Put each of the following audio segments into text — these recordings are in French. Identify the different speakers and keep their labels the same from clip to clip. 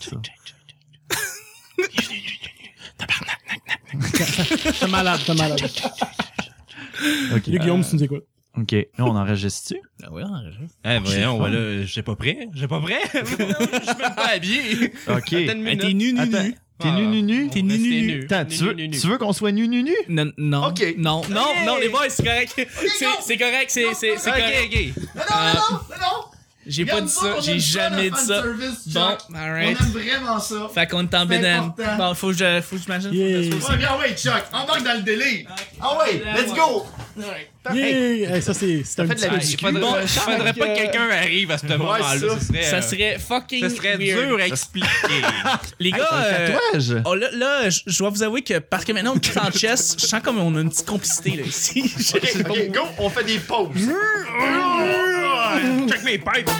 Speaker 1: ça.
Speaker 2: T'es malade, t'es malade.
Speaker 1: Ok. Ah,
Speaker 2: Salut, Guillaume, si tu nous écoutes.
Speaker 1: Ok. Là, on enregistre-tu?
Speaker 3: Ah ouais, Eh, voyons, ouais, là, j'ai pas prêt. J'ai pas prêt. Je suis même pas habillé.
Speaker 1: Ok.
Speaker 3: Attends une
Speaker 1: Hey,
Speaker 3: minute.
Speaker 1: T'es nu, nu,
Speaker 3: Attends.
Speaker 1: nu. T'es
Speaker 3: Ah,
Speaker 1: nu, nu,
Speaker 3: on
Speaker 1: nu.
Speaker 3: reste
Speaker 1: nu,
Speaker 3: nu.
Speaker 1: Attends,
Speaker 3: Nu,
Speaker 1: tu veux,
Speaker 3: nu, nu.
Speaker 1: tu veux qu'on soit nu, nu, nu?
Speaker 3: Non, non.
Speaker 1: Ok.
Speaker 3: Non, non,
Speaker 4: Hey!
Speaker 3: non, les boys, c'est correct. C'est c'est correct, c'est c'est c'est correct.
Speaker 4: Non,
Speaker 3: Euh,
Speaker 4: non, non, non, non!
Speaker 3: J'ai pas dit ça, j'ai jamais dit ça. Bon,
Speaker 4: On
Speaker 3: alright.
Speaker 4: aime vraiment ça.
Speaker 3: Fait qu'on est en
Speaker 4: C'est
Speaker 3: bédane.
Speaker 4: important.
Speaker 3: Bon, faut que je, faut que j'imagine.
Speaker 2: Yeah.
Speaker 4: Ouais, bien, ouais, Chuck, embarque dans le délire. Ah ouais,
Speaker 3: Là,
Speaker 4: let's
Speaker 3: ouais.
Speaker 4: go!
Speaker 3: Alright.
Speaker 2: Yeah! Hey, ça, c'est c'est un
Speaker 4: fait
Speaker 2: petit
Speaker 4: de la
Speaker 2: peu
Speaker 4: musique.
Speaker 2: du cul.
Speaker 4: Faudrait-
Speaker 3: Bon,
Speaker 4: faudrait
Speaker 3: pas que quelqu'un
Speaker 5: arrive à ce
Speaker 4: moment-là, ça. ce
Speaker 3: Ça serait fucking weird.
Speaker 5: à expliquer.
Speaker 3: Les gars,
Speaker 1: Hey, t'as
Speaker 3: euh,
Speaker 1: un tatouage!
Speaker 3: Oh là, là je, je dois vous avouer que parce que maintenant on est en chess, je sens comme on a une petite complicité là ici. Je-
Speaker 4: Ok,
Speaker 3: je-
Speaker 4: ok, go, on fait des pauses.
Speaker 3: Ah,
Speaker 5: Check mes pipes.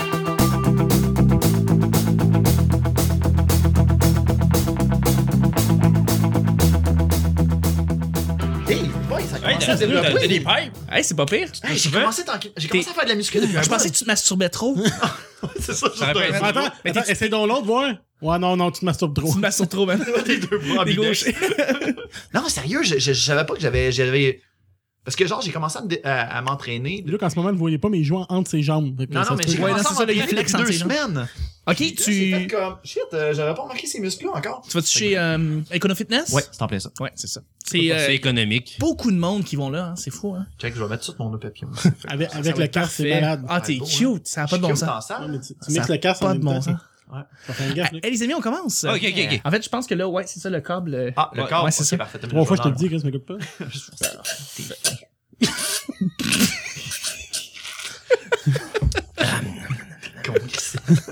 Speaker 4: Hey, boy, ça commence à se
Speaker 5: T'as des
Speaker 4: développer.
Speaker 5: pipes?
Speaker 3: Hey, c'est pas pire.
Speaker 4: Hey, j'ai commencé, tant- j'ai commencé à faire de la musique depuis un
Speaker 3: Je pensais que tu te masturbais trop. tu
Speaker 4: mois. C'est ça, je
Speaker 5: Ça rappelle-
Speaker 4: dois-
Speaker 2: Attends, attends essaye donc l'autre, voir. Ouais, non, non, tu te masturbes trop.
Speaker 3: te masturbes trop maintenant.
Speaker 4: tes deux bras
Speaker 3: Des
Speaker 4: ambidextres.
Speaker 3: gauches.
Speaker 4: Non, sérieux, je, je, je savais pas que j'avais, j'avais. Parce que genre, j'ai commencé à me dé- à, à m'entraîner.
Speaker 2: Luc, en ce moment, ne voyez pas, mais il joue en- entre ses jambes. Fait que
Speaker 4: Non,
Speaker 2: ça
Speaker 4: non,
Speaker 2: se
Speaker 4: mais
Speaker 2: peut-
Speaker 4: j'ai
Speaker 3: Ouais,
Speaker 4: commencé
Speaker 3: non,
Speaker 4: à
Speaker 3: c'est ça, le
Speaker 4: m'entraîner
Speaker 3: réflexe
Speaker 4: depuis deux
Speaker 3: entre ses
Speaker 4: semaines.
Speaker 3: Ok,
Speaker 4: J'ai fait
Speaker 3: tu.
Speaker 4: comme, shit, euh, j'avais pas remarqué ces muscles-là encore.
Speaker 3: Tu vas-tu chez euh, Econofitness?
Speaker 1: Ouais, c'est en plein ça.
Speaker 3: Ouais, c'est ça. C'est euh,
Speaker 5: C'est économique.
Speaker 3: beaucoup de monde qui vont là, hein, c'est fou. Hein.
Speaker 4: Check, je vais mettre ça sur mon E autre papier.
Speaker 2: Avec,
Speaker 3: Ça
Speaker 2: avec
Speaker 3: va
Speaker 2: le
Speaker 3: être
Speaker 2: casque, c'est
Speaker 3: parfait.
Speaker 2: malade.
Speaker 3: Ah, t'es
Speaker 4: Ouais,
Speaker 3: cute, ça n'a pas de bon sens.
Speaker 2: Ouais, mais tu, tu
Speaker 3: Ça
Speaker 2: mixes
Speaker 3: a
Speaker 2: le casque
Speaker 3: pas
Speaker 2: en
Speaker 3: de
Speaker 2: même
Speaker 3: bon
Speaker 2: temps,
Speaker 3: sens.
Speaker 2: ça. Ouais. Ça fait un gaffe, Luc.
Speaker 3: Hey, les amis, on commence.
Speaker 5: Ok, ok, ok.
Speaker 3: En fait, je pense que là, ouais, c'est ça le câble. euh,
Speaker 4: Ah, le
Speaker 5: Ouais,
Speaker 4: corps,
Speaker 3: ouais, c'est
Speaker 4: c'est
Speaker 3: ça.
Speaker 4: parfait. t'as mis
Speaker 2: Trois
Speaker 4: le
Speaker 2: fois, je te
Speaker 4: dans
Speaker 2: le dis, Chris, m'écoute pas.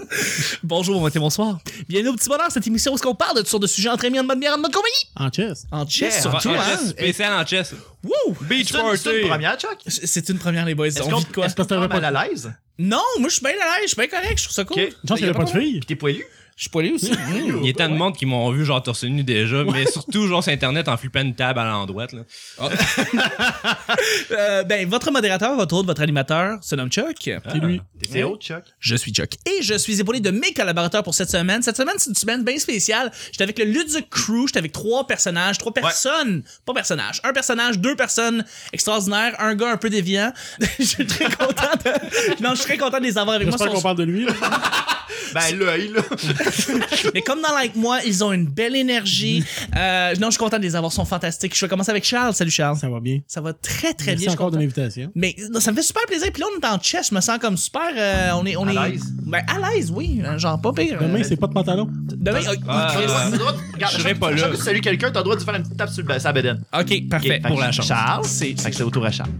Speaker 3: Bonjour, bon matin, bonsoir. Bienvenue au petit bonheur, cette émission où on parle de toutes sortes de sujets entre amis, en bonne bière, en bonne compagnie.
Speaker 2: En chess.
Speaker 3: En chess,
Speaker 4: Yeah, en
Speaker 3: surtout,
Speaker 5: En
Speaker 3: hein.
Speaker 5: chess, Spécial en chess.
Speaker 3: Wouh!
Speaker 5: Beach
Speaker 4: C'est une- C'est
Speaker 5: party.
Speaker 4: une première, Chuck?
Speaker 3: C'est c'est une première, les boys.
Speaker 4: Est-ce
Speaker 3: On
Speaker 4: qu'on
Speaker 3: vit de quoi?
Speaker 4: est-ce qu'on
Speaker 2: Parce que t'aurais
Speaker 4: te
Speaker 2: pas-
Speaker 4: mal à l'aise?
Speaker 3: Non, moi, je suis bien à l'aise, je suis bien correct, je trouve ça cool.
Speaker 4: Ok.
Speaker 2: Une chance qu'il n'y a pas de fille.
Speaker 4: Puis t'es poilu?
Speaker 3: Je suis poilé aussi.
Speaker 5: Il y a tant de monde qui m'ont vu genre torse nu déjà, mais surtout genre sur internet en flippant une table à l'endroit. là.
Speaker 3: Euh, ben, votre modérateur, votre hôte, votre animateur se nomme Chuck.
Speaker 2: C'est lui.
Speaker 4: T'es
Speaker 3: Mm.
Speaker 4: Théo, Chuck?
Speaker 3: Je suis Chuck. Et je suis épaulé de mes collaborateurs pour cette semaine. Cette semaine, c'est une semaine bien spéciale. J'étais avec le Luduc Crew. J'étais avec trois personnages, trois personnes. Pas personnages. Un personnage, deux personnes extraordinaires, un gars un peu déviant. je suis très content de... Non, je suis très content de les avoir avec moi.
Speaker 2: J'espère
Speaker 3: Ils
Speaker 2: qu'on
Speaker 3: sont-
Speaker 2: parle de lui. là.
Speaker 4: Ben, l'œil, là.
Speaker 3: Mais comme dans Like Moi, ils ont une belle énergie. Euh, non, je suis content de les avoir. Ils sont fantastiques. Je vais commencer avec Charles. Salut Charles.
Speaker 2: Ça va bien.
Speaker 3: Ça va très très
Speaker 2: Merci
Speaker 3: bien. je suis
Speaker 2: encore de
Speaker 3: content.
Speaker 2: l'invitation.
Speaker 3: Mais non, ça me fait super plaisir. Puis là, on est en chess. Je me sens comme super. euh, on est, on
Speaker 4: À
Speaker 3: est.
Speaker 4: l'aise.
Speaker 3: Ben, à l'aise, oui. Genre, pas pire.
Speaker 2: Demain,
Speaker 3: Euh,
Speaker 2: c'est pas de pantalon.
Speaker 3: demain, euh,
Speaker 5: Ah,
Speaker 3: Chris.
Speaker 5: ouais.
Speaker 4: T'as le droit de- Regarde,
Speaker 5: Je serais pas
Speaker 4: chaque
Speaker 5: là.
Speaker 4: fois que tu salues quelqu'un, t'as le droit de lui faire une petite tape sur le- sa bedaine.
Speaker 3: Ok, parfait.
Speaker 4: Ok, fait
Speaker 3: Ben, Pour
Speaker 4: que
Speaker 3: la chance.
Speaker 4: Charles,
Speaker 3: C'est-
Speaker 4: fait que c'est au tour à Charles.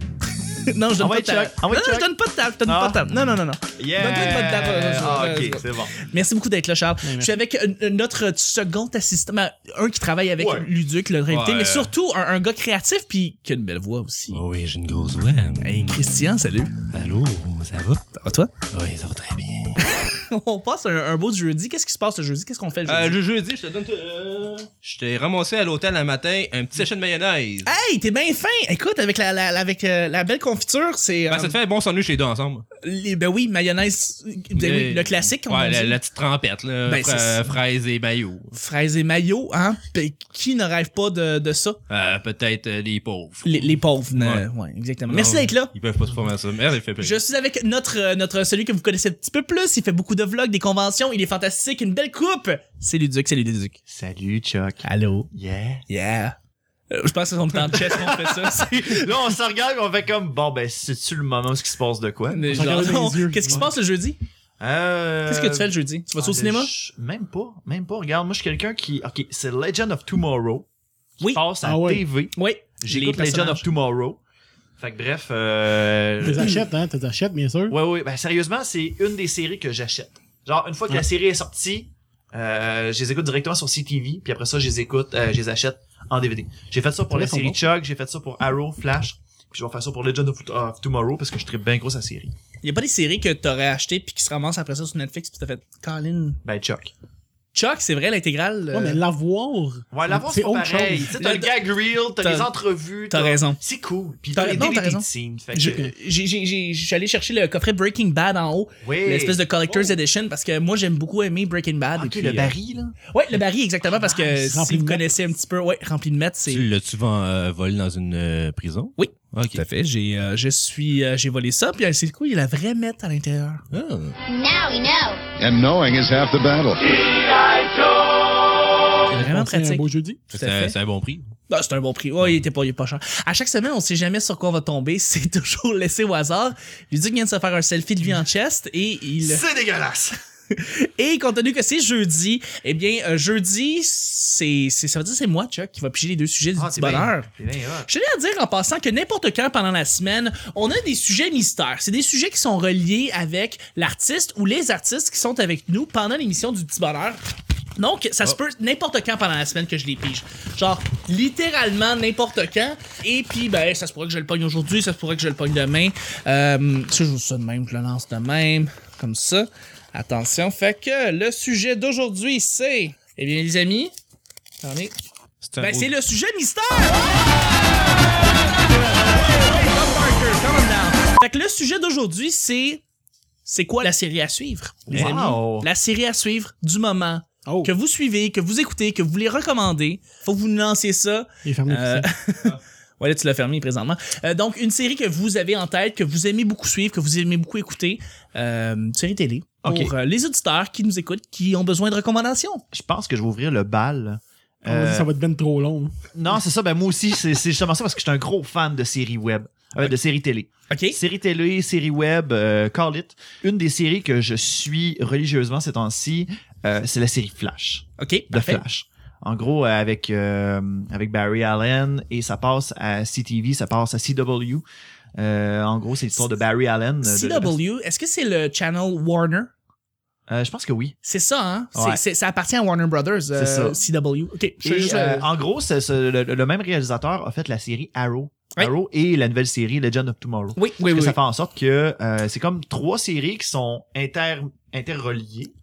Speaker 3: Non, je donne pas
Speaker 4: Envoie
Speaker 3: de table.
Speaker 4: Chuck,
Speaker 3: Non,
Speaker 4: envoie
Speaker 3: non, je
Speaker 4: Chuck.
Speaker 3: donne pas de table. Je donne
Speaker 4: Ah.
Speaker 3: pas de table. Non, non, non, non.
Speaker 4: Yeah!
Speaker 3: Donne-toi une bonne tape, euh,
Speaker 4: Ah,
Speaker 3: euh,
Speaker 4: ok,
Speaker 3: euh,
Speaker 4: c'est bon.
Speaker 3: Merci beaucoup d'être là, Charles. Je suis
Speaker 2: merci.
Speaker 3: avec euh, euh, notre second assistant, ben, un qui travaille avec
Speaker 4: Ouais.
Speaker 3: Luduc, le invité,
Speaker 5: Ouais.
Speaker 3: mais surtout un, un gars créatif puis qui a une belle voix aussi.
Speaker 5: Oh oui, j'ai une grosse voix.
Speaker 3: Hey, Christian, salut.
Speaker 5: Allô, ça
Speaker 3: Ça va,
Speaker 5: va?
Speaker 3: Ah, toi?
Speaker 5: Oui, ça va très bien.
Speaker 3: On passe un, un beau jeudi. Qu'est-ce qui se passe le jeudi? Qu'est-ce qu'on fait le jeudi?
Speaker 5: Euh, le jeudi, je te donne. euh, je t'ai ramassé à l'hôtel un matin un petit sachet de mayonnaise.
Speaker 3: Hey, t'es bien fin! Écoute, avec la, la, la- avec, euh, la belle confiture, c'est. euh,
Speaker 5: Ben, ça te fait un bon sandwich chez les deux ensemble.
Speaker 3: les- ben oui, mayonnaise, euh, ben oui,
Speaker 5: Mais-
Speaker 3: le classique, on
Speaker 5: Ouais,
Speaker 3: dit.
Speaker 5: la, la petite trempette, là.
Speaker 3: Ben,
Speaker 5: fra-
Speaker 3: c'est-
Speaker 5: fraises et maillots.
Speaker 3: Fraise et maillot, hein? Ben, qui ne rêve pas de, de ça?
Speaker 5: Euh, Peut-être euh, les pauvres.
Speaker 3: Les, les pauvres, ne- ouais.
Speaker 5: Ouais.
Speaker 3: exactement.
Speaker 5: Non,
Speaker 3: Merci d'être là.
Speaker 5: Ils peuvent pas se former à ça. Merde, il fait plaisir.
Speaker 3: Je suis avec notre, euh, notre, celui que vous connaissez un petit peu plus. Il fait beaucoup de vlogs, des conventions. Il est fantastique, une belle coupe. C'est Luduc, c'est Luduc.
Speaker 4: Salut, Chuck.
Speaker 3: Allô?
Speaker 4: Yeah.
Speaker 3: Yeah. Euh, je pense que c'est le temps de chess qu'on fait ça. c'est-
Speaker 4: Là, on se regarde et on fait comme, bon, ben, c'est-tu le moment où ce qui se passe de quoi?
Speaker 3: Mais
Speaker 2: On se regarde
Speaker 3: genre,
Speaker 2: dans les yeux.
Speaker 3: Qu'est-ce qui se passe le jeudi?
Speaker 4: Euh,
Speaker 3: Qu'est-ce que tu fais le jeudi? Tu vas
Speaker 4: Ah,
Speaker 3: au cinéma?
Speaker 4: je- Même pas, même pas. Regarde, moi, je suis quelqu'un qui. Ok, c'est Legend of Tomorrow. qui
Speaker 3: Oui.
Speaker 4: passe à
Speaker 2: Ah ouais.
Speaker 4: TV.
Speaker 3: Oui.
Speaker 4: J'écoute
Speaker 3: Les
Speaker 4: Legend
Speaker 3: personnages.
Speaker 4: of Tomorrow. Fait que bref. Euh...
Speaker 2: Tu les achètes, hein? Tu les achètes, bien sûr.
Speaker 4: Ouais, ouais. Ben, sérieusement, c'est une des séries que j'achète. Genre, une fois que la série est sortie, euh, je les écoute directement sur CTV, puis après ça, je les écoute, euh, je les achète en DVD. J'ai fait ça pour
Speaker 2: Ouais,
Speaker 4: la
Speaker 2: ils sont
Speaker 4: série
Speaker 2: bons.
Speaker 4: Chuck, j'ai fait ça pour Arrow, Flash, puis je vais faire ça pour Legend of, of Tomorrow parce que je tripe bien gros sa série.
Speaker 3: Il y a pas des séries que t'aurais acheté puis qui se ramassent après ça sur Netflix puis t'as fait Colin
Speaker 4: Ben, Chuck.
Speaker 3: Chuck, c'est vrai, l'intégrale. euh,
Speaker 2: Ouais, mais l'avoir.
Speaker 4: Ouais, l'avant, c'est
Speaker 2: C'est
Speaker 4: pas
Speaker 2: autre chose.
Speaker 4: pareil. Tu sais, t'as
Speaker 3: Le-
Speaker 4: le gag reel, t'as
Speaker 3: t'as-
Speaker 4: les entrevues.
Speaker 3: t'as raison.
Speaker 4: C'est cool. Puis
Speaker 3: T'as-
Speaker 4: t'as les
Speaker 3: non, t'as
Speaker 4: DVD
Speaker 3: raison.
Speaker 4: de scenes. Fait
Speaker 2: Je-
Speaker 4: que.
Speaker 3: j'ai- j'ai- j'ai- Je suis allé chercher le coffret Breaking Bad en haut,
Speaker 4: Ouais.
Speaker 3: l'espèce de Collector's Edition, parce que moi j'aime beaucoup aimer Breaking Bad.
Speaker 4: Ah,
Speaker 3: et
Speaker 4: puis
Speaker 3: puis,
Speaker 4: le
Speaker 3: euh,
Speaker 4: baril, là.
Speaker 3: Ouais, le baril, exactement, parce que
Speaker 2: Ah, Nice. Rempli
Speaker 3: si
Speaker 2: de
Speaker 3: vous
Speaker 2: miettes.
Speaker 3: connaissez un petit peu, ouais, rempli de mètres, c'est.
Speaker 5: Tu l'as-tu vend- euh, volé dans une euh, prison?
Speaker 3: Oui.
Speaker 5: Ok.
Speaker 3: Tout à fait, j'ai, euh, je suis, euh, j'ai volé ça, puis euh, c'est quoi, il y a la vraie mette à l'intérieur.
Speaker 5: Ah.
Speaker 6: Now we know.
Speaker 7: And knowing is half the battle.
Speaker 3: C'est vraiment
Speaker 2: Passez un
Speaker 3: pratique.
Speaker 2: beau jeudi.
Speaker 3: Tout à
Speaker 5: C'est un-
Speaker 3: fait.
Speaker 5: c'est un bon prix.
Speaker 3: Ah, c'est un bon prix. Ouais, il était pas, il est pas cher. À chaque semaine, on sait jamais sur quoi on va tomber. C'est toujours laissé au hasard. Lui dit qu'il vient de se faire un selfie de lui en chest et il.
Speaker 4: C'est dégueulasse.
Speaker 3: Et compte tenu que c'est jeudi, eh bien, euh, jeudi, c'est, c'est- ça veut dire que c'est moi, Chuck, qui va piger les deux sujets du
Speaker 4: Ah,
Speaker 3: petit
Speaker 4: t'es bien-
Speaker 3: bonheur.
Speaker 4: t'es bien hot.
Speaker 3: Je tenais à dire en passant que n'importe quand pendant la semaine, on a des sujets mystères. C'est des sujets qui sont reliés avec l'artiste ou les artistes qui sont avec nous pendant l'émission du Petit Bonheur. Donc, ça se peut n'importe quand pendant la semaine que je les pige. Genre, littéralement n'importe quand. Et puis, ben, ça se pourrait que je le pogne aujourd'hui, ça se pourrait que je le pogne demain. Euh, ça, je joue ça de même, je le lance de même, comme ça. Attention, fait que le sujet d'aujourd'hui, c'est... Eh bien, les amis, attendez.
Speaker 5: C'est un
Speaker 3: Ben,
Speaker 5: beau-
Speaker 3: c'est le sujet mystère! Fait que le sujet d'aujourd'hui, c'est. C'est quoi la série à suivre, les
Speaker 4: Wow.
Speaker 3: amis? La série à suivre du moment
Speaker 2: Oh,
Speaker 3: que vous suivez, que vous écoutez, que vous voulez recommander. Faut que vous nous lanciez ça.
Speaker 2: il est fermé.
Speaker 3: Euh,
Speaker 2: tout ça.
Speaker 3: ouais, là, tu l'as fermé présentement. Euh, donc, une série que vous avez en tête, que vous aimez beaucoup suivre, que vous aimez beaucoup écouter. Euh, une série télé. Pour
Speaker 4: Ok.
Speaker 3: euh, les auditeurs qui nous écoutent, qui ont besoin de recommandations.
Speaker 4: Je pense que je vais ouvrir le bal. Euh,
Speaker 2: On va dire,
Speaker 3: euh,
Speaker 2: ça va être ben trop long. hein.
Speaker 4: Non, c'est ça. Ben, moi aussi, c'est c'est justement ça parce que je suis un gros fan de séries web, euh, de séries télé.
Speaker 3: OK?
Speaker 4: Séries télé, séries web, euh, call it. Une des séries que je suis religieusement ces temps-ci, euh, c'est la série Flash,
Speaker 3: OK.
Speaker 4: de
Speaker 3: parfait.
Speaker 4: Flash. En gros, euh, avec, euh, avec Barry Allen et ça passe à CTV, ça passe à CW. Euh, en gros, c'est l'histoire de Barry Allen. euh, de-
Speaker 3: CW, est-ce que c'est le channel Warner?
Speaker 4: Euh, je pense que oui.
Speaker 3: C'est ça, hein? C'est-
Speaker 4: Ouais.
Speaker 3: c'est- ça appartient à Warner Brothers, euh,
Speaker 4: ça.
Speaker 3: CW. OK. je-
Speaker 4: Et,
Speaker 3: je-
Speaker 4: euh, en gros, c'est- c'est le, le même réalisateur a fait la série Arrow.
Speaker 3: Oui.
Speaker 4: Arrow et la nouvelle série Legend of Tomorrow.
Speaker 3: oui, oui,
Speaker 4: Parce
Speaker 3: oui.
Speaker 4: que ça fait en sorte que euh, c'est comme trois séries qui sont inter interreliées.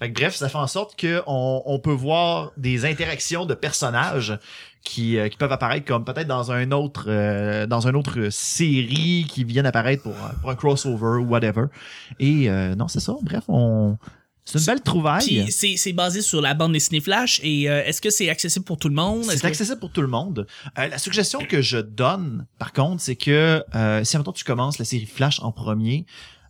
Speaker 4: Fait que bref, ça fait en sorte que on, on peut voir des interactions de personnages qui, euh, qui peuvent apparaître comme peut-être dans un autre euh, dans une autre série qui viennent apparaître pour, euh, pour un crossover ou whatever. Et euh, non, c'est ça. Bref, on c'est une belle trouvaille.
Speaker 3: Puis c'est c'est basé sur la bande dessinée Flash. Et euh, est-ce que c'est accessible pour tout le monde? Est-ce
Speaker 4: C'est
Speaker 3: que-
Speaker 4: accessible pour tout le monde. Euh, la suggestion que je donne, par contre, c'est que euh, si maintenant tu commences la série Flash en premier,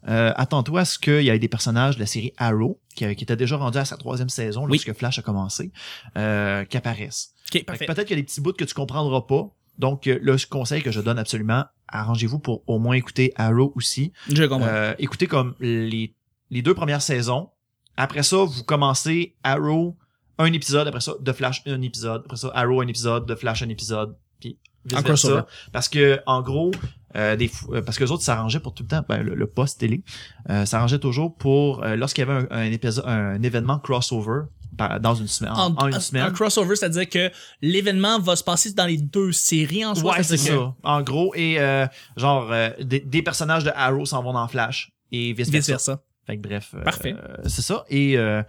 Speaker 4: euh, attends-toi à ce qu'il y ait des personnages de la série Arrow, qui, euh, qui était déjà rendu à sa troisième saison
Speaker 3: Oui.
Speaker 4: lorsque Flash a commencé, euh, qui apparaissent.
Speaker 3: OK,
Speaker 4: Fait que
Speaker 3: parfait.
Speaker 4: Peut-être qu'il y a des petits bouts que tu comprendras pas. Donc, euh, le conseil que je donne absolument, arrangez-vous pour au moins écouter Arrow aussi.
Speaker 3: Je comprends.
Speaker 4: Euh, écoutez comme les, les deux premières saisons. Après ça, vous commencez Arrow un épisode, après ça de Flash un épisode, après ça Arrow un épisode, de Flash un épisode, puis vice
Speaker 3: Un crossover.
Speaker 4: versa. Parce que en gros, euh, des fou- euh, parce que les autres s'arrangeaient pour tout le temps, ben, le, le poste télé euh, s'arrangeait toujours pour euh, lorsqu'il y avait un, un épisode, un événement crossover par- dans une semaine, en, en une
Speaker 3: un-
Speaker 4: semaine.
Speaker 3: un crossover, c'est-à-dire que l'événement va se passer dans les deux séries en soi.
Speaker 4: Ouais, c'est
Speaker 3: c'est-à-dire
Speaker 4: ça. En gros, et euh, genre, euh, des, des personnages de Arrow s'en vont dans Flash et
Speaker 3: que-
Speaker 4: vice
Speaker 3: Vice
Speaker 4: versa.
Speaker 3: versa.
Speaker 4: Fait que bref. euh,
Speaker 3: Parfait.
Speaker 4: euh, c'est ça. Et euh,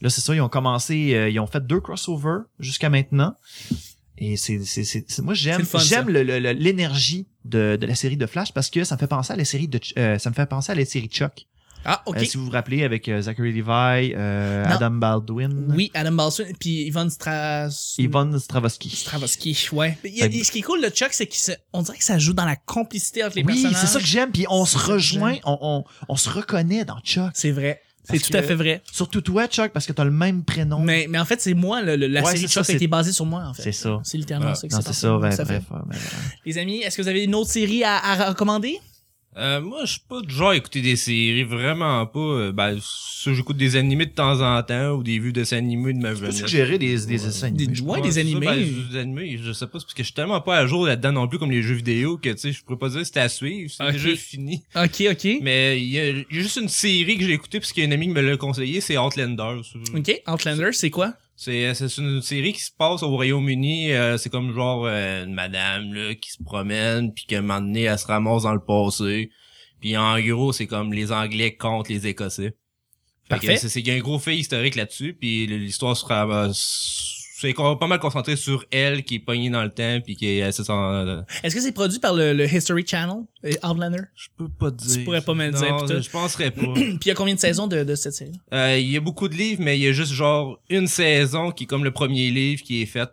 Speaker 4: là, c'est ça. Ils ont commencé, euh, ils ont fait deux crossovers jusqu'à maintenant. Et c'est, c'est, c'est, c'est- moi,
Speaker 3: C'est
Speaker 4: j'aime,
Speaker 3: le fun,
Speaker 4: j'aime
Speaker 3: ça.
Speaker 4: le- le- le- l'énergie de, de la série de Flash parce que ça me fait penser à la série de, Ch- euh, ça me fait penser à la série Chuck.
Speaker 3: Ah, OK.
Speaker 4: Euh, si vous vous rappelez avec euh, Zachary Levi, euh,
Speaker 3: Non.
Speaker 4: Adam Baldwin,
Speaker 3: oui, Adam Balson, puis Yvonne Stras...
Speaker 4: Yvonne Stravosky.
Speaker 3: Stravosky, ouais. Il y a-
Speaker 4: Fait-
Speaker 3: ce qui est cool, le Chuck, c'est qu'on dirait que ça joue dans la complicité entre les
Speaker 4: Oui,
Speaker 3: personnages.
Speaker 4: c'est ça que j'aime. Puis on
Speaker 3: C'est
Speaker 4: se
Speaker 3: ça que
Speaker 4: rejoint,
Speaker 3: j'aime.
Speaker 4: on, on, on se reconnaît dans Chuck.
Speaker 3: C'est vrai. C'est
Speaker 4: Parce
Speaker 3: tout à
Speaker 4: que-
Speaker 3: fait vrai.
Speaker 4: Surtout toi, Chuck, parce que t'as le même prénom.
Speaker 3: Mais, mais en fait, c'est moi, le- le- la
Speaker 4: Ouais,
Speaker 3: série
Speaker 4: c'est
Speaker 3: Chuck
Speaker 4: ça,
Speaker 3: a été
Speaker 4: c'est-
Speaker 3: basée sur moi, en fait.
Speaker 4: C'est ça.
Speaker 3: C'est littéralement
Speaker 5: Ah,
Speaker 3: ça que
Speaker 4: Non,
Speaker 3: c'est
Speaker 4: c'est ça,
Speaker 3: parti.
Speaker 4: bref,
Speaker 3: Ça fait.
Speaker 4: bref, ouais, mais-
Speaker 3: Les amis, est-ce que vous avez une autre série à, à recommander?
Speaker 5: Euh, moi, je suis pas du genre à écouter des séries, vraiment pas. Euh, Ben, ça, j'écoute des animés de temps en temps ou des vues de dessins animés de ma
Speaker 4: peux
Speaker 5: jeunesse.
Speaker 4: suggérer des, des dessins animés,
Speaker 3: Des-
Speaker 4: je
Speaker 3: ouais,
Speaker 5: Ouais,
Speaker 3: des
Speaker 5: c'est ça,
Speaker 3: animés.
Speaker 5: ben, des animés, je sais pas, c'est parce que je suis tellement pas à jour là-dedans non plus comme les jeux vidéo que, tu sais, je pourrais pas dire que c'était à suivre, c'est
Speaker 3: Ok.
Speaker 5: déjà fini.
Speaker 3: ok, ok.
Speaker 5: Mais il y, a il y a juste une série que j'ai écoutée parce qu'il y a un ami qui me l'a conseillé, c'est Outlander.
Speaker 3: Ok, Outlander, c'est quoi?
Speaker 5: C'est euh, c'est une série qui se passe au Royaume-Uni. euh, c'est comme genre euh, une madame là, qui se promène, puis qu'à un moment donné, elle se ramasse dans le passé. Puis en gros, c'est comme les Anglais contre les Écossais. Fait que
Speaker 3: Parfait.
Speaker 5: c'est- c'est- Il y a un gros fait historique là-dessus, puis l'histoire sera euh, c'est con- pas mal concentrée sur elle qui est pognée dans le temps puis qui est elle, c'est son- euh,
Speaker 3: Est-ce que c'est produit par le, le History Channel, euh, Outlander?
Speaker 5: je peux pas dire
Speaker 3: pourrais pas me le dire,
Speaker 5: Non,
Speaker 3: pis tout.
Speaker 5: je penserais pas
Speaker 3: Puis il y a combien de saisons de, de cette série?
Speaker 5: Euh, il y a beaucoup de livres mais il y a juste genre une saison qui est comme le premier livre qui est faite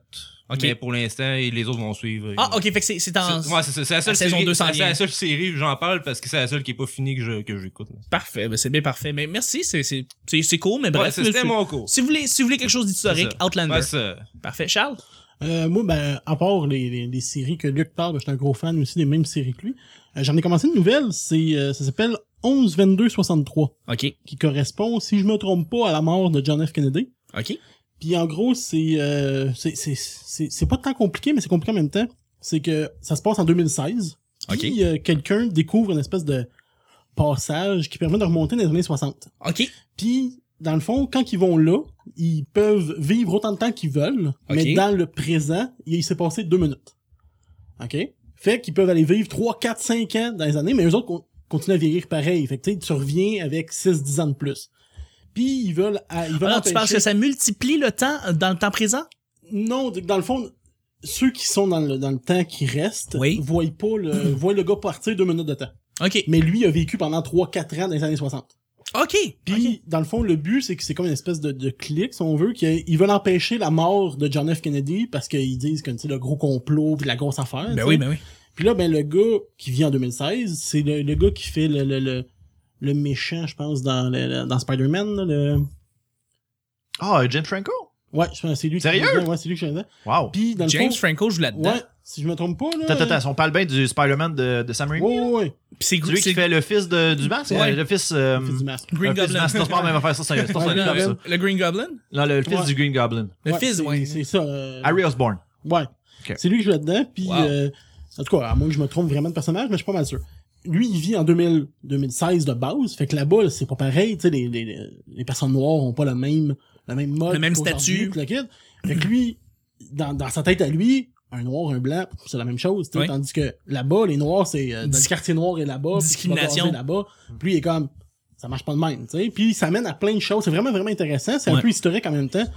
Speaker 3: Ok.
Speaker 5: mais pour l'instant et les autres vont suivre
Speaker 3: Ah, ok, fait que c'est- c'est en.
Speaker 5: C'est- ouais, c'est ça, c'est la seule
Speaker 3: saison
Speaker 5: série,
Speaker 3: 200
Speaker 5: c'est
Speaker 3: liens.
Speaker 5: la seule série où j'en parle parce que c'est la seule qui est pas finie que je que j'écoute. là.
Speaker 3: Parfait, ben c'est bien parfait. Mais merci, c'est- c'est c'est- c'est cool, mais
Speaker 5: Ouais,
Speaker 3: bref.
Speaker 5: c'était
Speaker 3: c'est-
Speaker 5: mon cours.
Speaker 3: Si vous voulez, si vous voulez quelque chose d'historique,
Speaker 5: C'est ça.
Speaker 3: Outlander.
Speaker 5: Ouais, ça.
Speaker 3: Parfait. Charles?
Speaker 2: Euh, moi, ben, à part les, les, les séries que Luc parle, ben, j'étais un gros fan aussi des mêmes séries que lui. Euh, J'en ai commencé une nouvelle, c'est euh, ça s'appelle 11 22 63
Speaker 3: OK.
Speaker 2: qui correspond, si je me trompe pas, à la mort de John F. Kennedy.
Speaker 3: OK.
Speaker 2: Puis en gros, c'est euh, c'est c'est- c'est c'est pas tant compliqué, mais c'est compliqué en même temps. C'est que ça se passe en 2016. Puis euh, quelqu'un découvre une espèce de passage qui permet de remonter dans les années 60.
Speaker 3: OK.
Speaker 2: Puis, dans le fond, quand ils vont là, ils peuvent vivre autant de temps qu'ils veulent,
Speaker 3: Ok.
Speaker 2: mais dans le présent, il il s'est passé deux minutes. OK? Fait qu'ils peuvent aller vivre 3, 4, 5 ans dans les années, mais eux autres con- continuent à vieillir pareil. Fait que tu sais, tu reviens avec 6, 10 ans de plus. Puis ils veulent... à- ils veulent
Speaker 3: Alors, Ah, tu penses
Speaker 2: empêcher-
Speaker 3: que ça multiplie le temps euh, dans le temps présent?
Speaker 2: Non, d- dans le fond, ceux qui sont dans le, dans le temps qui reste
Speaker 3: Oui.
Speaker 2: voient pas le, voient le gars partir deux minutes de temps.
Speaker 3: OK.
Speaker 2: Mais lui a vécu pendant 3-4 ans dans les années 60.
Speaker 3: OK.
Speaker 2: Puis, dans le fond, le but, c'est que c'est comme une espèce de, de clic, si on veut, qu'ils veulent empêcher la mort de John F. Kennedy parce qu'ils disent que c'est le gros complot puis la grosse affaire. tu
Speaker 3: Ben
Speaker 2: sais.
Speaker 3: oui, ben oui.
Speaker 2: Puis là, ben le gars qui vit en 2016, c'est le, le gars qui fait le, le, le, le méchant, je pense, dans, le- le- dans Spider-Man. là, Le...
Speaker 4: Ah, euh, Jim Franco?
Speaker 2: Ouais, je pense que c'est lui. qui-
Speaker 4: Sérieux?
Speaker 2: Ouais, c'est lui que je faisais.
Speaker 4: Wow.
Speaker 2: Puis dans le
Speaker 3: James
Speaker 2: fond,
Speaker 3: Franco joue là-dedans.
Speaker 2: ouais, si je me trompe pas là.
Speaker 4: Attends, attends, attends, on parle bien du Spider-Man de, de Sam
Speaker 2: Ouais,
Speaker 4: Raimi.
Speaker 2: ouais, ouais.
Speaker 3: Puis C'est
Speaker 4: C'est lui qui
Speaker 3: c'est-
Speaker 4: fait le fils de, du masque?
Speaker 3: Ouais.
Speaker 4: euh, Le fils... euh,
Speaker 2: Il fait du masque.
Speaker 3: Green
Speaker 4: le fils du
Speaker 3: Goblin.
Speaker 4: masque. Non, c'est pas la même affaire, ça, c'est c'est
Speaker 2: Ouais,
Speaker 4: un
Speaker 2: Green
Speaker 4: film, ça.
Speaker 2: Goblin.
Speaker 3: Le Green Goblin?
Speaker 4: Non, le fils
Speaker 2: Ouais.
Speaker 4: du Green Goblin.
Speaker 3: Le
Speaker 2: Ouais,
Speaker 3: fils,
Speaker 2: c'est-
Speaker 3: ouais.
Speaker 2: C'est ça. euh,
Speaker 4: Harry Osborn.
Speaker 2: Ouais.
Speaker 4: Ok.
Speaker 2: C'est lui qui joue là-dedans. Puis,
Speaker 3: Wow.
Speaker 2: euh, en tout cas, à moins que je me trompe vraiment de personnage, mais je suis pas mal sûr. Lui, il vit en 2000, 2016 de base. Fait que là-bas, là, c'est pas pareil. Tu sais, les, les, les personnes noires ont pas le même, le même mode.
Speaker 3: Le même
Speaker 2: qu'aujourd'hui,
Speaker 3: statut.
Speaker 2: puis le kid. Fait que lui, dans, dans sa tête à lui, un noir, un blanc, c'est la même chose. tu sais.
Speaker 3: Oui.
Speaker 2: Tandis que là-bas, les noirs, c'est euh, dans
Speaker 3: Dis-
Speaker 2: le quartier noir est là-bas. puis tu vas
Speaker 3: Discrimination.
Speaker 2: jaser là-bas. Puis lui, il est comme, ça marche pas de même. tu sais. Puis ça mène à plein de choses. C'est vraiment, vraiment intéressant. C'est un
Speaker 3: Ouais.
Speaker 2: peu historique en même temps.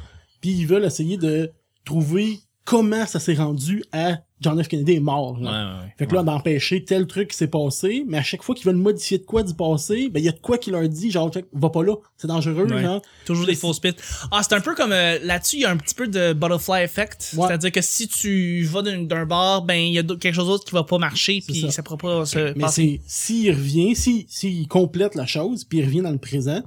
Speaker 2: Puis ils veulent essayer de trouver comment ça s'est rendu à John F. Kennedy est mort.
Speaker 5: Ouais,
Speaker 2: là.
Speaker 5: ouais, ouais.
Speaker 2: Fait que là, d'empêcher tel truc qui s'est passé, mais à chaque fois qu'ils veulent modifier de quoi du passé, ben il y a de quoi qui leur dit, genre, check, va pas là, c'est dangereux,
Speaker 3: Ouais.
Speaker 2: genre.
Speaker 3: Toujours des fausses pistes. Ah, c'est un peu comme euh, là-dessus, il y a un petit peu de butterfly effect.
Speaker 2: Ouais.
Speaker 3: C'est-à-dire que si tu vas d'un d'un bar, ben il y a d'autres- quelque chose d'autre qui va pas marcher,
Speaker 2: C'est
Speaker 3: puis ça
Speaker 2: ça.
Speaker 3: ne pourra pas se
Speaker 2: Mais
Speaker 3: passer.
Speaker 2: c'est, s'il revient, si- s'il complète la chose, puis il revient dans le présent,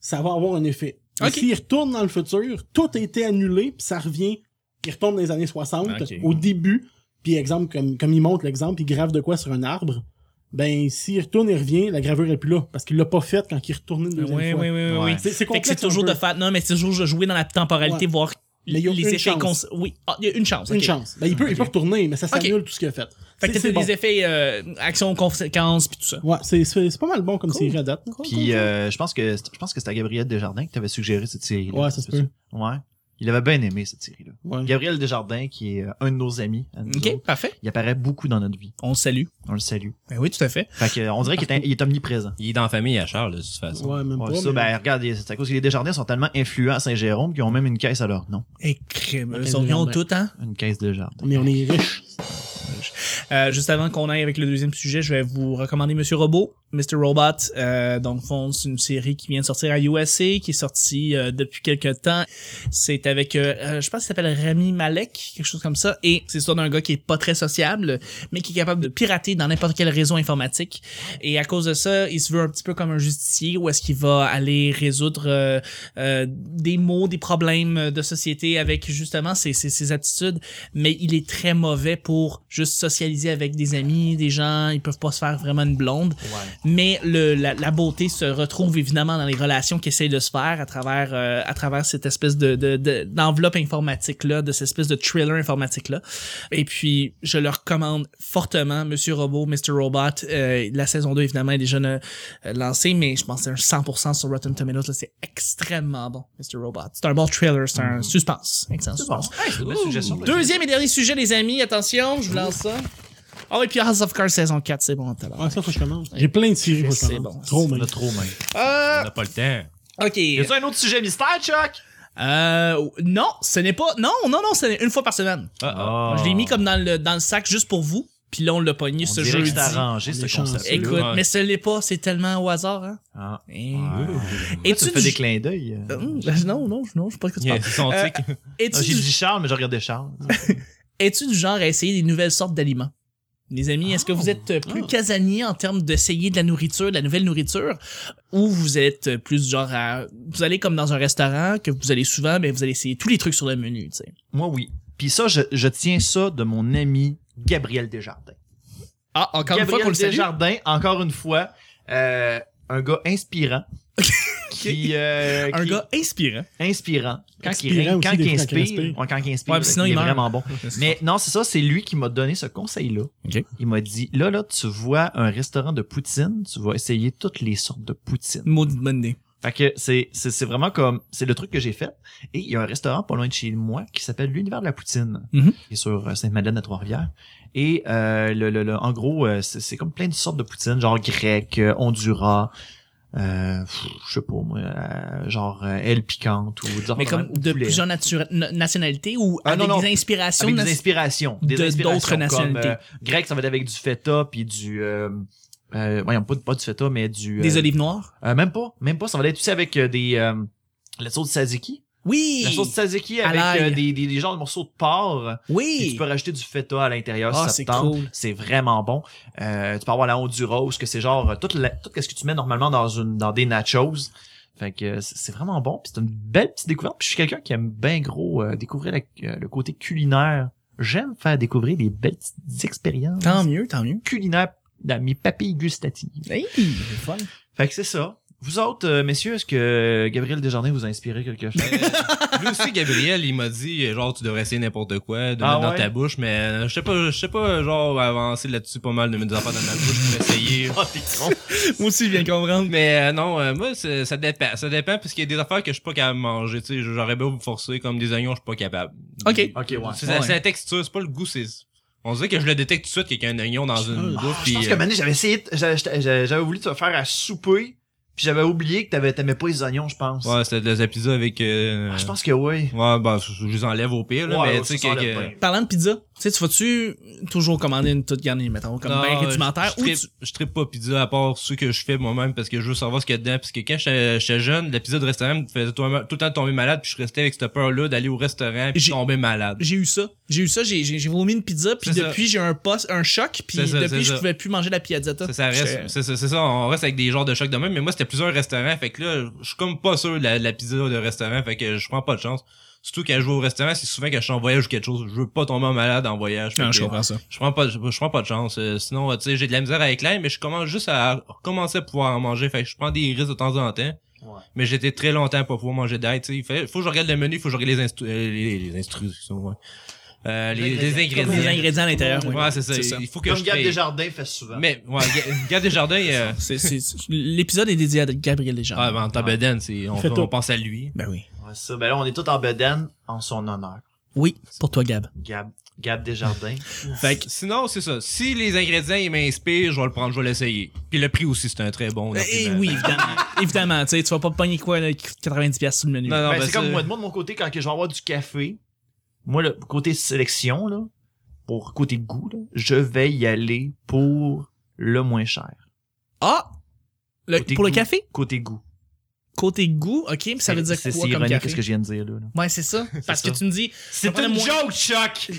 Speaker 2: ça va avoir un effet. Mais
Speaker 3: Ok.
Speaker 2: S'il retourne dans le futur, tout a été annulé, puis ça revient, il retombe dans les années 60,
Speaker 5: Ok.
Speaker 2: au début, puis exemple, comme, comme il montre l'exemple, il grave de quoi sur un arbre, ben s'il retourne et revient, la gravure est plus là, parce qu'il l'a pas faite quand il retourne une deuxième
Speaker 3: Oui, oui,
Speaker 2: fois.
Speaker 3: oui, oui, oui.
Speaker 4: Ouais.
Speaker 2: C'est, c'est
Speaker 3: Fait que
Speaker 2: complexe
Speaker 3: c'est toujours
Speaker 2: un peu.
Speaker 3: de faire. Non, mais c'est toujours de jouer dans la temporalité,
Speaker 2: Ouais.
Speaker 3: voir
Speaker 2: Mais ils ont
Speaker 3: les
Speaker 2: une
Speaker 3: effets.
Speaker 2: chance.
Speaker 3: cons- Oui, Ah, il y a une chance.
Speaker 2: Une
Speaker 3: ok.
Speaker 2: chance. Ben, il peut, il peut retourner, mais ça
Speaker 3: Ok.
Speaker 2: s'annule tout ce qu'il a fait.
Speaker 3: Fait
Speaker 2: C'est-
Speaker 3: que t'as
Speaker 2: c'est bon.
Speaker 3: des effets euh, action conséquences puis tout ça.
Speaker 2: Ouais, c'est, c'est, c'est pas mal bon comme
Speaker 3: Cool.
Speaker 2: série à date.
Speaker 4: Puis euh, je pense que c'est- je pense que c'était à Gabriel Desjardins que t'avais suggéré cette série.
Speaker 2: Ouais, ça se peut.
Speaker 4: Ouais. Il avait bien aimé cette série-là.
Speaker 2: Ouais.
Speaker 4: Gabriel Desjardins, qui est euh, un de nos amis, à nous
Speaker 3: Ok,
Speaker 4: autres,
Speaker 3: parfait.
Speaker 4: il apparaît beaucoup dans notre vie.
Speaker 3: On le salue.
Speaker 4: On le salue.
Speaker 3: Ben oui, tout à fait.
Speaker 4: Fait que, euh, on dirait qu'il est, un- il est omniprésent.
Speaker 5: Il est dans la famille à Charles de toute façon.
Speaker 2: Ouais, même
Speaker 4: Ouais,
Speaker 2: pas.
Speaker 4: ça,
Speaker 2: mais-
Speaker 4: ben, regarde, c'est à cause que les Desjardins sont tellement influents à Saint-Jérôme qu'ils ont même une caisse à leur nom.
Speaker 3: Et crème.
Speaker 2: Ok,
Speaker 3: Ils sont venus
Speaker 2: Desjardins.
Speaker 3: tout, hein?
Speaker 4: Une caisse Desjardins.
Speaker 2: mais on est riche.
Speaker 3: Euh, juste avant qu'on aille avec le deuxième sujet, je vais vous recommander Monsieur Robot, Mr. Robot. Euh, donc, fond, c'est une série qui vient de sortir à USA, qui est sortie euh, depuis quelques temps. C'est avec, euh, euh, je pense qu'il s'appelle Rami Malek, quelque chose comme ça. Et c'est l'histoire d'un gars qui est pas très sociable, mais qui est capable de pirater dans n'importe quel réseau informatique. Et à cause de ça, il se veut un petit peu comme un justicier, où est-ce qu'il va aller résoudre euh, euh, des maux, des problèmes de société avec justement ses, ses, ses aptitudes mais il est très mauvais pour juste socialiser avec des amis, des gens, ils peuvent pas se faire vraiment une blonde. Mais le, la, la beauté se retrouve évidemment dans les relations qu'il essaye de se faire à travers, euh, à travers cette espèce de, de, de- d'enveloppe informatique-là, de cette espèce de thriller informatique-là. Et puis, je le recommande fortement, Monsieur Robot, Mr. Robot. Euh, la saison 2, évidemment, est déjà euh, lancée, mais je pense que c'est un 100% sur Rotten Tomatoes. là. C'est extrêmement bon, Mr. Robot. C'est un bon thriller, c'est un suspense. Excellent
Speaker 4: Mm-hmm. C'est bon.
Speaker 3: suspense.
Speaker 4: Hey, c'est une belle suggestion.
Speaker 3: Deuxième et dernier sujet, les amis. Attention, je vous lance ça. Ah oui, puis House of Cards saison 4, c'est bon, tout à l'heure.
Speaker 2: Ah, ça, faut que je commence. J'ai plein de séries, faut que je
Speaker 3: C'est
Speaker 2: commence.
Speaker 3: bon.
Speaker 2: Trop,
Speaker 4: On
Speaker 2: mais.
Speaker 4: a trop, même.
Speaker 5: On n'a pas le temps.
Speaker 3: Ok.
Speaker 4: Y a-tu un autre sujet mystère, Chuck?
Speaker 3: Euh, non, ce n'est pas. Non, non, non, c'est une fois par semaine.
Speaker 5: Ah,
Speaker 2: Ah.
Speaker 3: Je l'ai mis comme dans le, dans le sac juste pour vous. Puis là, on l'a pogné
Speaker 4: Ah. On
Speaker 3: ce
Speaker 4: dirait que
Speaker 3: jeudi.
Speaker 4: c'est arrangé,
Speaker 2: On est
Speaker 4: ce
Speaker 2: chanceux.
Speaker 4: concept.
Speaker 3: Écoute,
Speaker 5: Ouais.
Speaker 3: mais ce n'est pas, c'est tellement au hasard, hein.
Speaker 4: Ah.
Speaker 3: Et...
Speaker 4: Et
Speaker 3: Es-tu
Speaker 4: tu fais
Speaker 3: du-
Speaker 4: des clins d'œil. euh.
Speaker 3: Hum, Non, non, non, je sais pas de quoi tu
Speaker 5: Yeah,
Speaker 3: parles.
Speaker 5: ils sont
Speaker 3: Euh,
Speaker 5: tics.
Speaker 4: Ah,
Speaker 3: Es-tu
Speaker 4: J'ai
Speaker 3: du...
Speaker 4: dit Charles, mais je regardais Charles.
Speaker 3: es-tu du genre à essayer des nouvelles sortes d'aliments? Les amis, est-ce que vous êtes euh, plus casanier en termes d'essayer de la nourriture, de la nouvelle nourriture, ou vous êtes euh, plus du genre à... Vous allez comme dans un restaurant, que vous allez souvent, mais vous allez essayer tous les trucs sur le menu, tu sais.
Speaker 4: Moi, oui. Puis ça, je, je tiens ça de mon ami Gabriel Desjardins.
Speaker 3: Ah, encore une fois qu'on
Speaker 4: Gabriel
Speaker 3: le salue.
Speaker 4: Desjardins, encore une fois, euh, un gars inspirant. qui, euh,
Speaker 3: Un
Speaker 4: qui-
Speaker 3: gars inspirant.
Speaker 4: inspirant. Quand, il,
Speaker 2: Inspirant aussi, des fois,
Speaker 4: quand, il
Speaker 2: quand il
Speaker 4: inspire,
Speaker 2: inspire.
Speaker 4: ouais, quand il inspire,
Speaker 3: Ouais, puis sinon,
Speaker 4: il,
Speaker 3: il
Speaker 4: est
Speaker 3: meurt.
Speaker 4: vraiment bon. Mais non, c'est ça, c'est lui qui m'a donné ce conseil-là.
Speaker 3: Ok.
Speaker 4: Il m'a dit, là, là, tu vois un restaurant de poutine, tu vas essayer toutes les sortes de poutine.
Speaker 3: Maudite bonne idée.
Speaker 4: Fait que c'est, c'est, c'est vraiment comme, c'est le truc que j'ai fait. Et il y a un restaurant pas loin de chez moi qui s'appelle l'Univers de la Poutine,
Speaker 3: Mhm.
Speaker 4: qui est sur euh, Sainte-Madeleine à Trois-Rivières. Et euh, le, le, le- en gros, euh, c'est, c'est comme plein de sortes de poutine, genre grec, euh, honduras, euh, pff, je sais pas moi, euh, genre euh, aile piquante ou genre
Speaker 3: Mais comme de plusieurs natura- na- nationalités ou
Speaker 4: Ah,
Speaker 3: avec
Speaker 4: non, non.
Speaker 3: des inspirations.
Speaker 4: avec des
Speaker 3: nas-
Speaker 4: inspirations, des
Speaker 3: de-
Speaker 4: inspirations
Speaker 3: d'autres
Speaker 4: comme,
Speaker 3: nationalités.
Speaker 4: euh, grec, ça va être avec du feta puis du, euh, euh, voyons pas, pas du feta mais du, euh,
Speaker 3: des olives noires.
Speaker 4: euh, même pas, même pas, ça va être aussi avec euh, des, euh, la sauce de tzatziki.
Speaker 3: Oui!
Speaker 4: La sauce tzatziki
Speaker 3: À
Speaker 4: avec euh,
Speaker 3: l'ail.
Speaker 4: des, des, des genres de morceaux de porc. Et tu
Speaker 3: Oui!
Speaker 4: peux rajouter du feta à l'intérieur
Speaker 3: Ah,
Speaker 4: si ça
Speaker 3: c'est
Speaker 4: te tente.
Speaker 3: cool.
Speaker 4: C'est vraiment bon. Euh, tu peux avoir la Honduras, que c'est genre euh, tout, la- tout ce que tu mets normalement dans, une, dans des nachos. Fait que euh, c'est c'est vraiment bon. Puis c'est une belle petite découverte. Puis je suis quelqu'un qui aime bien gros euh, découvrir la- euh, le côté culinaire. J'aime faire découvrir des belles petites expériences
Speaker 3: Tant mieux, tant mieux.
Speaker 4: culinaires dans mes papilles gustatives.
Speaker 3: Hey, c'est fun.
Speaker 4: Fait que c'est ça. Vous autres, euh, messieurs, est-ce que Gabriel Desjardins vous a inspiré quelque chose?
Speaker 5: Lui aussi, Gabriel, il m'a dit, genre, tu devrais essayer n'importe quoi, de
Speaker 4: Ah
Speaker 5: mettre
Speaker 4: ouais?
Speaker 5: dans ta bouche, mais euh, je sais pas, je sais pas, genre, avancer là-dessus pas mal, de mettre des affaires dans ma bouche pour essayer.
Speaker 4: oh, t'es con.
Speaker 3: Moi aussi, je viens de comprendre.
Speaker 5: Mais euh, non, euh, moi, c'est- ça dépend. Ça dépend parce qu'il y a des affaires que je suis pas capable de manger. Tu sais, j'aurais beau me forcer comme des oignons, je suis pas capable.
Speaker 3: Ok.
Speaker 4: Ok, Ah, ouais.
Speaker 5: C'est
Speaker 3: Ouais.
Speaker 5: c'est la texture, c'est pas le goût. c'est On dirait que je le détecte tout de suite qu'il y a un oignon dans une
Speaker 2: Ah,
Speaker 5: bouffe.
Speaker 4: Je
Speaker 5: puis,
Speaker 4: pense que
Speaker 5: euh,
Speaker 4: Mané, j'avais essayé, de- j'avais j'avais- j'avais voulu te faire à souper, puis j'avais oublié que t'avais, t'aimais pas les oignons, je pense.
Speaker 5: euh, Ouais, c'était des épisodes avec. euh,
Speaker 4: Ah, je pense que oui.
Speaker 5: Ouais, bah, je je les enlève au pire, là,
Speaker 4: Ouais,
Speaker 5: mais
Speaker 4: ouais,
Speaker 5: tu sais,
Speaker 4: ça sent
Speaker 5: que-
Speaker 4: le
Speaker 5: que-
Speaker 4: pain.
Speaker 3: Parlant de pizza, tu sais, tu vas-tu toujours commander une toute garnie, mettons, comme
Speaker 5: Non,
Speaker 3: bien
Speaker 5: je-
Speaker 3: rudimentaire,
Speaker 5: je
Speaker 3: ou
Speaker 5: trippe-
Speaker 3: tu-
Speaker 5: Je trippe pas pizza à part ceux que je fais moi-même parce que je veux savoir ce qu'il y a dedans. Parce que quand j'étais j'étais jeune, la pizza de restaurant me faisait tout le tout le temps tomber malade, puis je restais avec cette peur-là d'aller au restaurant puis
Speaker 3: J'ai-
Speaker 5: tomber malade.
Speaker 3: J'ai eu ça. J'ai eu ça, j'ai, j'ai, j'ai vomi une pizza, puis
Speaker 5: C'est
Speaker 3: depuis, j'ai eu un poste, un choc, puis
Speaker 5: C'est ça,
Speaker 3: depuis,
Speaker 5: c'est
Speaker 3: je
Speaker 5: ça.
Speaker 3: pouvais plus manger la piazzetta.
Speaker 5: Ça, ça
Speaker 3: J'étais-
Speaker 5: reste, c'est ça, c'est ça, on reste avec des genres de chocs de même, mais moi c'était plusieurs restaurants, fait que là, je suis comme pas sûr de la, de la pizza de restaurant, fait que je prends pas de chance. Surtout quand je vais au restaurant, c'est souvent quand je suis en voyage ou quelque chose, je veux pas tomber en malade en voyage. fait
Speaker 3: Non, je
Speaker 5: que
Speaker 3: comprends ça.
Speaker 5: je prends pas, je, je prends pas de chance. Euh, sinon, euh, tu sais, j'ai de la misère avec l'ail, mais je commence juste à recommencer à pouvoir en manger, fait que je prends des risques de temps en temps.
Speaker 4: Ouais.
Speaker 5: Mais j'étais très longtemps pour pouvoir manger d'ail, tu sais. Fait- Faut que je regarde le menu, faut que je regarde les, instru- euh, les, les instructions, ouais. Euh, les, les ingrédients.
Speaker 3: Des ingrédients à l'intérieur. oui.
Speaker 5: Ouais, c'est ça.
Speaker 3: C'est ça.
Speaker 5: Il faut que
Speaker 4: Comme
Speaker 5: je
Speaker 4: Gab
Speaker 5: paye.
Speaker 4: Desjardins fait souvent.
Speaker 5: Mais, ouais, Ga- Gab Desjardins, euh,
Speaker 3: C'est- c'est- c'est- l'épisode est dédié à Gabriel Desjardins.
Speaker 5: ah, ben, en temps bedaine, c'est, on,
Speaker 2: fait tout.
Speaker 5: on pense à lui.
Speaker 3: Ben oui.
Speaker 4: Ouais, c'est ça. Ben là, on est tous en bedaine en son honneur.
Speaker 3: Oui, pour toi, Gab.
Speaker 4: Gab, Gab Desjardins.
Speaker 3: Fait que-
Speaker 5: Sinon, c'est ça. Si les ingrédients, ils m'inspirent, je vais le prendre, je vais l'essayer. Puis le prix aussi, c'est un très bon.
Speaker 3: Eh
Speaker 5: argument.
Speaker 3: oui, évidemment. évidemment, tu sais, tu vas pas pogner quoi, là, 90$ sur le menu.
Speaker 5: Non, non,
Speaker 4: Ben,
Speaker 5: ben,
Speaker 4: c'est comme
Speaker 5: ça-
Speaker 4: moi, de moi, de mon côté, quand que je vais avoir du café, moi, le côté sélection, là, pour côté goût, là, je vais y aller pour le moins cher.
Speaker 3: Ah! Le-
Speaker 4: Côté
Speaker 3: pour le
Speaker 4: goût.
Speaker 3: café?
Speaker 4: Côté goût.
Speaker 3: Côté goût, ok, mais ça veut dire quoi
Speaker 4: C'est- C'est
Speaker 3: comme
Speaker 4: ironique
Speaker 3: café?
Speaker 4: ce que je viens de dire, là. là.
Speaker 3: Ouais, c'est ça. Parce
Speaker 4: ça.
Speaker 3: que tu me dis,
Speaker 4: C'est
Speaker 3: Ça
Speaker 4: une
Speaker 3: prend moins-
Speaker 4: joke, Chuck!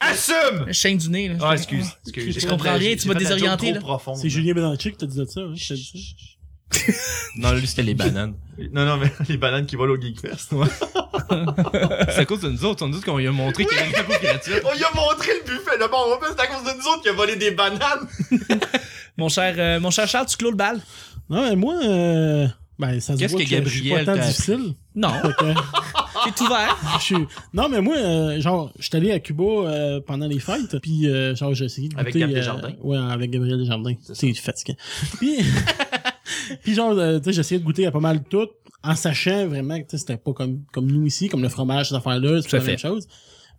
Speaker 4: Assume!
Speaker 3: chaîne du nez, là.
Speaker 4: Ah, excuse. excuse.
Speaker 2: Je
Speaker 4: J'ai
Speaker 3: comprends
Speaker 4: fait de la-
Speaker 3: rien,
Speaker 4: j'ai
Speaker 3: tu m'as
Speaker 4: fait de la joke
Speaker 3: désorienté,
Speaker 4: trop
Speaker 3: là.
Speaker 4: profonde,
Speaker 2: C'est Julien Bédancier qui t'a dit de ça, hein? qui t'a dit ça.
Speaker 5: Non, lui, c'était les bananes.
Speaker 4: Non, non, mais les bananes qui volent au Geekfest.
Speaker 5: c'est à cause de nous autres. On nous dit qu'on lui a montré qu'il y avait une bouffe gratuite.
Speaker 4: On lui a montré le buffet. Le bon repas, c'est à cause de nous autres qui a volé des bananes.
Speaker 3: Mon cher, euh, mon cher Charles, tu clôt le bal?
Speaker 2: Non, mais moi, euh, ben, ça se
Speaker 5: Qu'est-ce
Speaker 2: voit
Speaker 5: que
Speaker 2: que, je suis pas
Speaker 5: Gabriel
Speaker 2: tant
Speaker 5: t'a
Speaker 2: difficile.
Speaker 3: Non,
Speaker 2: Fait que,
Speaker 3: c'est ouvert.
Speaker 2: je suis- Non, mais moi, euh, genre, je suis allé à Cuba euh, pendant les fêtes, puis euh, genre, j'ai essayé de goûter...
Speaker 4: Avec Gab
Speaker 2: euh,
Speaker 4: Desjardins.
Speaker 2: ouais, avec Gabriel Desjardins.
Speaker 4: C'est ça.
Speaker 2: C'est fatigant. Puis, puis genre, euh, tu sais, j'ai essayé de goûter à pas mal tout, en sachant vraiment que tu sais, c'était pas comme, comme nous ici, comme le fromage, ces affaires-là, c'est
Speaker 3: Tout à
Speaker 2: pas la même
Speaker 3: fait.
Speaker 2: chose.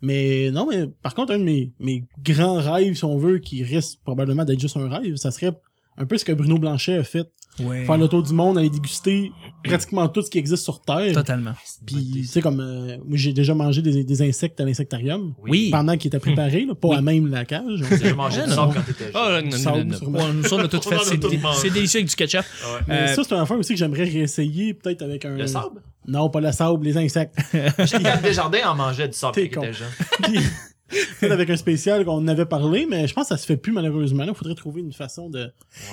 Speaker 2: Mais non, mais par contre, un de mes, mes grands rêves, si on veut, qui risque probablement d'être juste un rêve, ça serait un peu ce que Bruno Blanchet a fait
Speaker 3: Ouais.
Speaker 2: faire le tour du monde, aller déguster pratiquement tout ce qui existe sur Terre.
Speaker 3: Totalement.
Speaker 2: Puis, tu sais, comme euh, moi, j'ai déjà mangé des, des insectes à l'insectarium
Speaker 3: Oui.
Speaker 2: pendant qu'il était préparé, là, pas à même la cage.
Speaker 4: J'ai déjà mangé
Speaker 3: Ah,
Speaker 4: du
Speaker 3: non.
Speaker 4: sable quand t'étais jeune.
Speaker 5: Ah, non,
Speaker 2: Du
Speaker 5: non,
Speaker 2: sable,
Speaker 5: non, non.
Speaker 2: sûrement.
Speaker 3: Ouais, nous, ça, on a tout
Speaker 4: On
Speaker 3: fait.
Speaker 4: en a
Speaker 3: C'est
Speaker 4: tout
Speaker 3: dé-
Speaker 4: mangé.
Speaker 3: c'est délicieux avec du ketchup.
Speaker 4: Ah ouais.
Speaker 2: Mais
Speaker 3: Euh,
Speaker 2: ça, c'est une affaire aussi que j'aimerais réessayer, peut-être avec un.
Speaker 4: Le sable?
Speaker 2: Non, pas le sable, les insectes.
Speaker 4: Yann Desjardins en mangeait du sable
Speaker 2: T'es
Speaker 4: quand
Speaker 2: con.
Speaker 4: il était jeune.
Speaker 2: Puis, peut-être avec un spécial qu'on en avait parlé, mais je pense que ça se fait plus malheureusement. Il faudrait trouver une façon de, de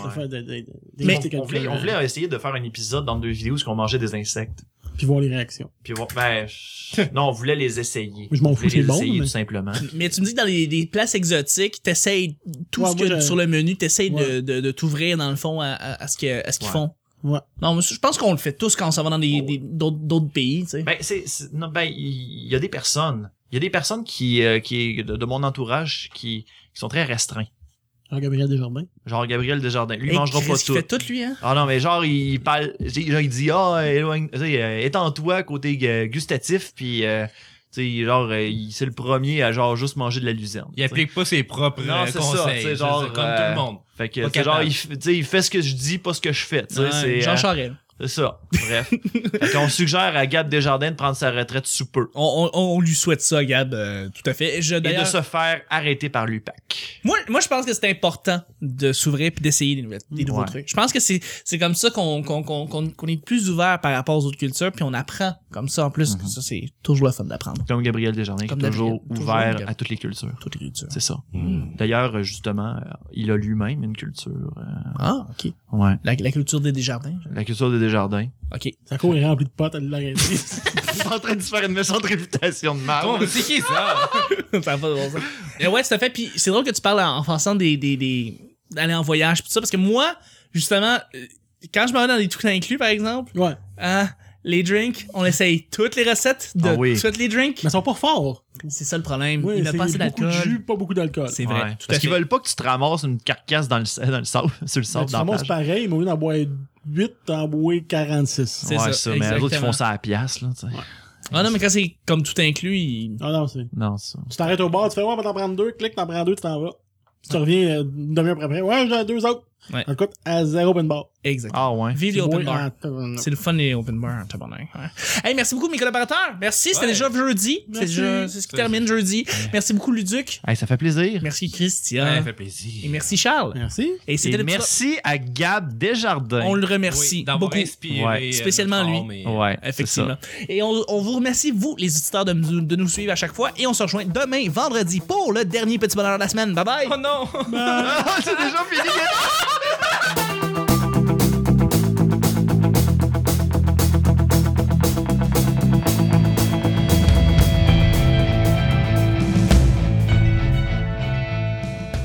Speaker 4: Ouais.
Speaker 2: faire de, de- de-
Speaker 3: Mais-
Speaker 2: d'éviter
Speaker 4: On
Speaker 2: quelque
Speaker 4: voulait,
Speaker 2: chose,
Speaker 4: on
Speaker 2: euh,
Speaker 4: voulait essayer de faire un épisode dans deux vidéos où on mangeait des insectes.
Speaker 2: Puis voir les réactions.
Speaker 4: Puis voir- ben, je- non, on voulait les essayer.
Speaker 2: Je m'en
Speaker 4: On
Speaker 2: fous,
Speaker 4: voulait
Speaker 2: c'est
Speaker 4: les
Speaker 2: bon,
Speaker 4: essayer
Speaker 2: mais-
Speaker 4: tout simplement.
Speaker 3: Mais tu me dis que dans les, les places exotiques, t'essayes tout
Speaker 2: Ouais,
Speaker 3: ce
Speaker 2: moi,
Speaker 3: qu'il y a
Speaker 2: je-
Speaker 3: sur le menu, t'essayes de,
Speaker 2: Ouais.
Speaker 3: de, de t'ouvrir dans le fond à, à, à ce que- à ce qu'ils
Speaker 4: Ouais.
Speaker 3: font.
Speaker 2: Ouais.
Speaker 3: Non, mais je pense qu'on le fait tous quand on s'en va dans des- des- d'autres d'autres pays, tu sais.
Speaker 4: Ben, c'est, c'est- non, ben, il y a des personnes. Il y a des personnes qui, euh, qui de, de mon entourage qui, qui sont très restreints.
Speaker 2: Jean-Gabriel Desjardins.
Speaker 4: Genre Gabriel Desjardins. Lui,
Speaker 3: Hey,
Speaker 4: il mangera
Speaker 3: Chris,
Speaker 4: pas
Speaker 3: il
Speaker 4: tout.
Speaker 3: fait tout, lui, hein?
Speaker 4: Ah non, mais genre, il parle, genre, il dit, ah, éloigne, tu sais, euh, étends-toi côté euh, gustatif, puis, euh, tu sais, genre, euh, il- c'est le premier à, genre, juste manger de la luzerne.
Speaker 5: Il
Speaker 4: tu sais.
Speaker 5: applique pas ses propres
Speaker 4: Non,
Speaker 5: euh,
Speaker 4: c'est ça,
Speaker 5: conseils.
Speaker 4: tu sais,
Speaker 5: c'est
Speaker 4: genre,
Speaker 5: ça, comme
Speaker 4: euh,
Speaker 5: tout le monde.
Speaker 4: Fait que,
Speaker 5: Pas
Speaker 4: c'est genre,
Speaker 5: capable.
Speaker 4: il, f- tu sais, il fait ce que je dis, pas ce que je fais, tu sais,
Speaker 3: Ouais,
Speaker 4: c'est,
Speaker 3: Jean
Speaker 4: euh,
Speaker 3: Charest.
Speaker 4: c'est ça. Bref. fait qu'on suggère à Gab Desjardins de prendre sa retraite sous peu.
Speaker 3: On, on- on lui souhaite ça, Gab, euh, tout à fait. Je,
Speaker 4: Et de
Speaker 3: d'ailleurs,
Speaker 4: se faire arrêter par l'UPAC.
Speaker 3: moi, moi, je pense que c'est important de s'ouvrir puis d'essayer des, nouvelles, des nouveaux
Speaker 4: Ouais.
Speaker 3: trucs. Je pense que c'est, c'est comme ça qu'on, qu'on, qu'on, qu'on, qu'on est plus ouvert par rapport aux autres cultures, puis on apprend comme ça en plus. que Ça, c'est toujours le fun d'apprendre.
Speaker 4: Comme Gabriel Desjardins,
Speaker 3: Comme
Speaker 4: qui est
Speaker 3: Gabriel,
Speaker 4: toujours
Speaker 3: toujours
Speaker 4: ouvert
Speaker 3: Gabriel.
Speaker 4: à toutes les cultures.
Speaker 3: Toutes les cultures.
Speaker 4: C'est ça. D'ailleurs, euh, justement, euh, il a lui-même une culture. euh,
Speaker 3: Ah, OK.
Speaker 4: ouais.
Speaker 3: La, la culture des Desjardins.
Speaker 4: La culture de Desjardins.
Speaker 3: OK.
Speaker 2: Sa cour est remplie de potes, elle l'a arrêté.
Speaker 4: T'es en train de se faire une méchante réputation de
Speaker 5: Bon,
Speaker 4: mal.
Speaker 5: mais c'est qui ça?
Speaker 3: ça a pas de bon sens. Mais ouais, tout à fait. Puis c'est drôle que tu parles en, en pensant des, des, des- d'aller en voyage, pis tout ça, parce que moi, justement, euh, quand je m'en vais dans les trucs inclus, par exemple,
Speaker 2: ouais.
Speaker 3: hein, les drinks, on essaye toutes les recettes de
Speaker 4: Ah oui.
Speaker 3: toutes les drinks.
Speaker 2: Mais ils sont pas forts.
Speaker 3: C'est ça le problème.
Speaker 2: Ouais,
Speaker 3: Il a
Speaker 2: c'est
Speaker 3: pas assez
Speaker 2: beaucoup de
Speaker 3: d'alcool.
Speaker 2: jus, pas beaucoup d'alcool.
Speaker 3: C'est vrai.
Speaker 4: Ouais.
Speaker 3: Tout à
Speaker 4: Parce qu'ils
Speaker 3: fait.
Speaker 4: veulent pas que tu te ramasses une carcasse dans le, sa- dans le sable, sur le
Speaker 2: Mais
Speaker 4: sable
Speaker 2: Tu
Speaker 4: dans la
Speaker 2: ramasses
Speaker 4: plage.
Speaker 2: pareil, mais au lieu d'en boire 8, t'en bois 46.
Speaker 3: C'est ça,
Speaker 4: ouais, mais les autres, ils
Speaker 3: exactement.
Speaker 4: font ça à la pièce, là, tu sais.
Speaker 3: Ah non, mais quand c'est comme tout inclus, il...
Speaker 2: Ah non, c'est...
Speaker 4: Non, ça.
Speaker 2: Tu t'arrêtes au bar, tu fais ouais, on va t'en prendre deux, clique, t'en prends deux, tu t'en vas. Tu reviens euh, une demi-heure après, ouais, j'ai deux autres.
Speaker 3: Ouais.
Speaker 2: Ça coûte à zéro open bar.
Speaker 3: Exactement.
Speaker 4: Ah ouais.
Speaker 3: Vive les
Speaker 2: Tu
Speaker 3: open
Speaker 2: bois
Speaker 3: bar.
Speaker 2: en tabarnak.
Speaker 3: C'est le fun les open bar, tabarnak. Ouais. Hey, merci beaucoup mes collaborateurs. Merci, c'était
Speaker 5: Ouais.
Speaker 3: déjà jeudi. C'est
Speaker 2: Merci.
Speaker 3: déjà- c'est ce qui
Speaker 5: Ça,
Speaker 3: termine jeudi. Merci beaucoup Luduc.
Speaker 4: Hey, ça fait plaisir.
Speaker 3: Merci Christian.
Speaker 5: Ça fait
Speaker 3: Et
Speaker 5: plaisir.
Speaker 3: merci Charles.
Speaker 2: Merci.
Speaker 3: Et c'était
Speaker 4: Et
Speaker 3: le
Speaker 4: merci à Gab Desjardins.
Speaker 3: On le
Speaker 5: Oui,
Speaker 3: remercie
Speaker 5: d'avoir
Speaker 3: beaucoup.
Speaker 5: inspiré,
Speaker 4: Ouais.
Speaker 5: euh,
Speaker 3: Spécialement
Speaker 5: notre
Speaker 3: lui.
Speaker 5: art, mais-
Speaker 4: Ouais,
Speaker 3: Effectivement. Et on, on vous remercie, vous, les auditeurs, de, nous- de nous suivre à chaque fois. Et on se rejoint demain, vendredi, pour le dernier petit bonheur de la semaine. Bye bye!
Speaker 5: Oh non!
Speaker 4: Ah, c'est déjà fini, Gab.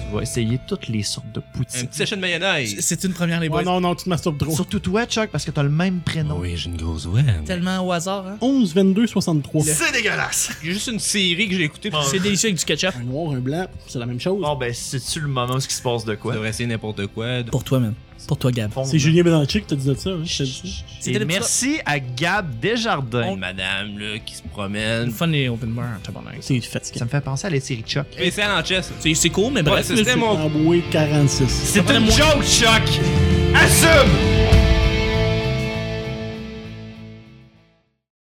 Speaker 4: Tu vas essayer toutes les sortes de
Speaker 5: Un
Speaker 4: poutine.
Speaker 5: petit sachet de mayonnaise.
Speaker 3: C'est une première, les
Speaker 2: Ouais,
Speaker 3: boys.
Speaker 2: Oh, non, non, tu te masturbes trop.
Speaker 4: Surtout toi, Chuck, parce que t'as le même prénom.
Speaker 5: Oui, j'ai une grosse web.
Speaker 3: Tellement au hasard, hein?
Speaker 2: 11, 22, 63.
Speaker 4: C'est dégueulasse!
Speaker 5: Il y a juste une série que j'ai écoutée. puis
Speaker 3: C'est délicieux avec du ketchup.
Speaker 2: Un noir, un blanc, c'est la même chose.
Speaker 3: Oh,
Speaker 4: Bon, ben, c'est-tu le moment où ce qui se passe de
Speaker 5: Tu
Speaker 4: quoi?
Speaker 5: devrais essayer n'importe quoi. de-
Speaker 3: Pour toi, man. Pour toi, Gab.
Speaker 2: C'est Julien Bélanger qui t'a dit de ça. Hein, je te le dis.
Speaker 3: C'était
Speaker 4: Et
Speaker 3: le petit-
Speaker 4: merci à Gab Desjardins.
Speaker 5: Une madame, là, qui se
Speaker 3: Une
Speaker 5: promène.
Speaker 3: fun et open bar, tabarnak.
Speaker 2: C'est fatigué.
Speaker 4: Ça me fait penser à la série Chuck.
Speaker 5: Spécial en chess.
Speaker 3: C'est c'est cool, mais
Speaker 5: Ouais,
Speaker 3: bref.
Speaker 5: c'était mon
Speaker 2: T'en bois 46.
Speaker 4: C'est une joke, Chuck! Assume!